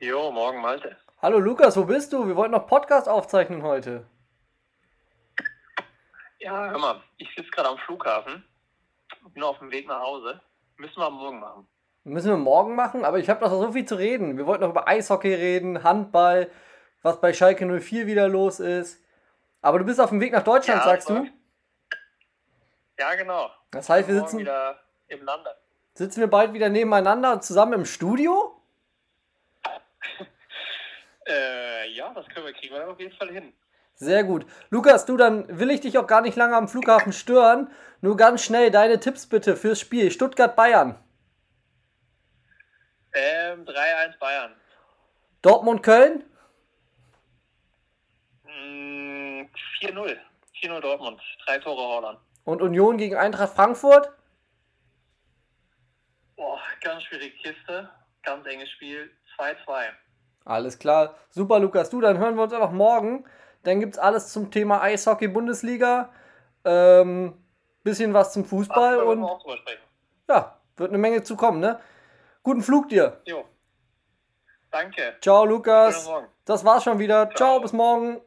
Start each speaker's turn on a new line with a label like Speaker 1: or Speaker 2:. Speaker 1: Jo, morgen Malte.
Speaker 2: Hallo Lukas, wo bist du? Wir wollten noch Podcast aufzeichnen heute.
Speaker 1: Ja, hör mal, ich sitze gerade am Flughafen, bin auf dem Weg nach Hause. Müssen wir morgen machen.
Speaker 2: Müssen wir morgen machen, aber ich habe noch so viel zu reden. Wir wollten noch über Eishockey reden, Handball, was bei Schalke 04 wieder los ist. Aber du bist auf dem Weg nach Deutschland,
Speaker 1: Ja,
Speaker 2: sagst
Speaker 1: aber-
Speaker 2: du?
Speaker 1: Ja, genau.
Speaker 2: Das heißt, wir
Speaker 1: Morgen
Speaker 2: sitzen,
Speaker 1: wieder im Lande.
Speaker 2: sitzen wir bald wieder nebeneinander und zusammen im Studio?
Speaker 1: Äh, ja, das können wir, kriegen wir auf jeden Fall hin.
Speaker 2: Sehr gut. Lukas, du, dann will ich dich auch gar nicht lange am Flughafen stören. Nur ganz schnell deine Tipps bitte fürs Spiel Stuttgart-Bayern.
Speaker 1: Ähm, 3-1 Bayern.
Speaker 2: Dortmund-Köln?
Speaker 1: Mm, 4-0. 4-0 Dortmund. Drei Tore Holland.
Speaker 2: Und Union gegen Eintracht Frankfurt?
Speaker 1: Boah, ganz schwierige Kiste. Ganz enges Spiel. 2-2.
Speaker 2: Alles klar. Super, Lukas. Du, dann hören wir uns einfach morgen. Dann gibt es alles zum Thema Eishockey-Bundesliga. Ähm, bisschen was zum
Speaker 1: Ach,
Speaker 2: Fußball
Speaker 1: da wollen wir
Speaker 2: und
Speaker 1: auch drüber sprechen.
Speaker 2: ja, wird eine Menge zukommen, ne? Guten Flug dir.
Speaker 1: Jo. Danke.
Speaker 2: Ciao,
Speaker 1: Schönen
Speaker 2: Lukas.
Speaker 1: Morgen.
Speaker 2: Das war's schon wieder. Ciao,
Speaker 1: Ciao.
Speaker 2: bis morgen.